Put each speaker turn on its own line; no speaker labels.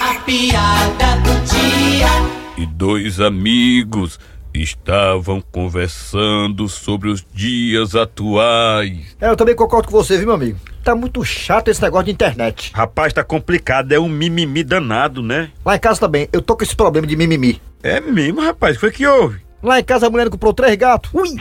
A piada do dia.
E dois amigos estavam conversando sobre os dias atuais.
É, eu também concordo com você, viu, meu amigo? Tá muito chato esse negócio de internet.
Rapaz, tá complicado, é um mimimi danado, né?
Lá em casa também, eu tô com esse problema de mimimi.
É mesmo, rapaz, foi que houve?
Lá em casa a mulher comprou três gatos. Ui!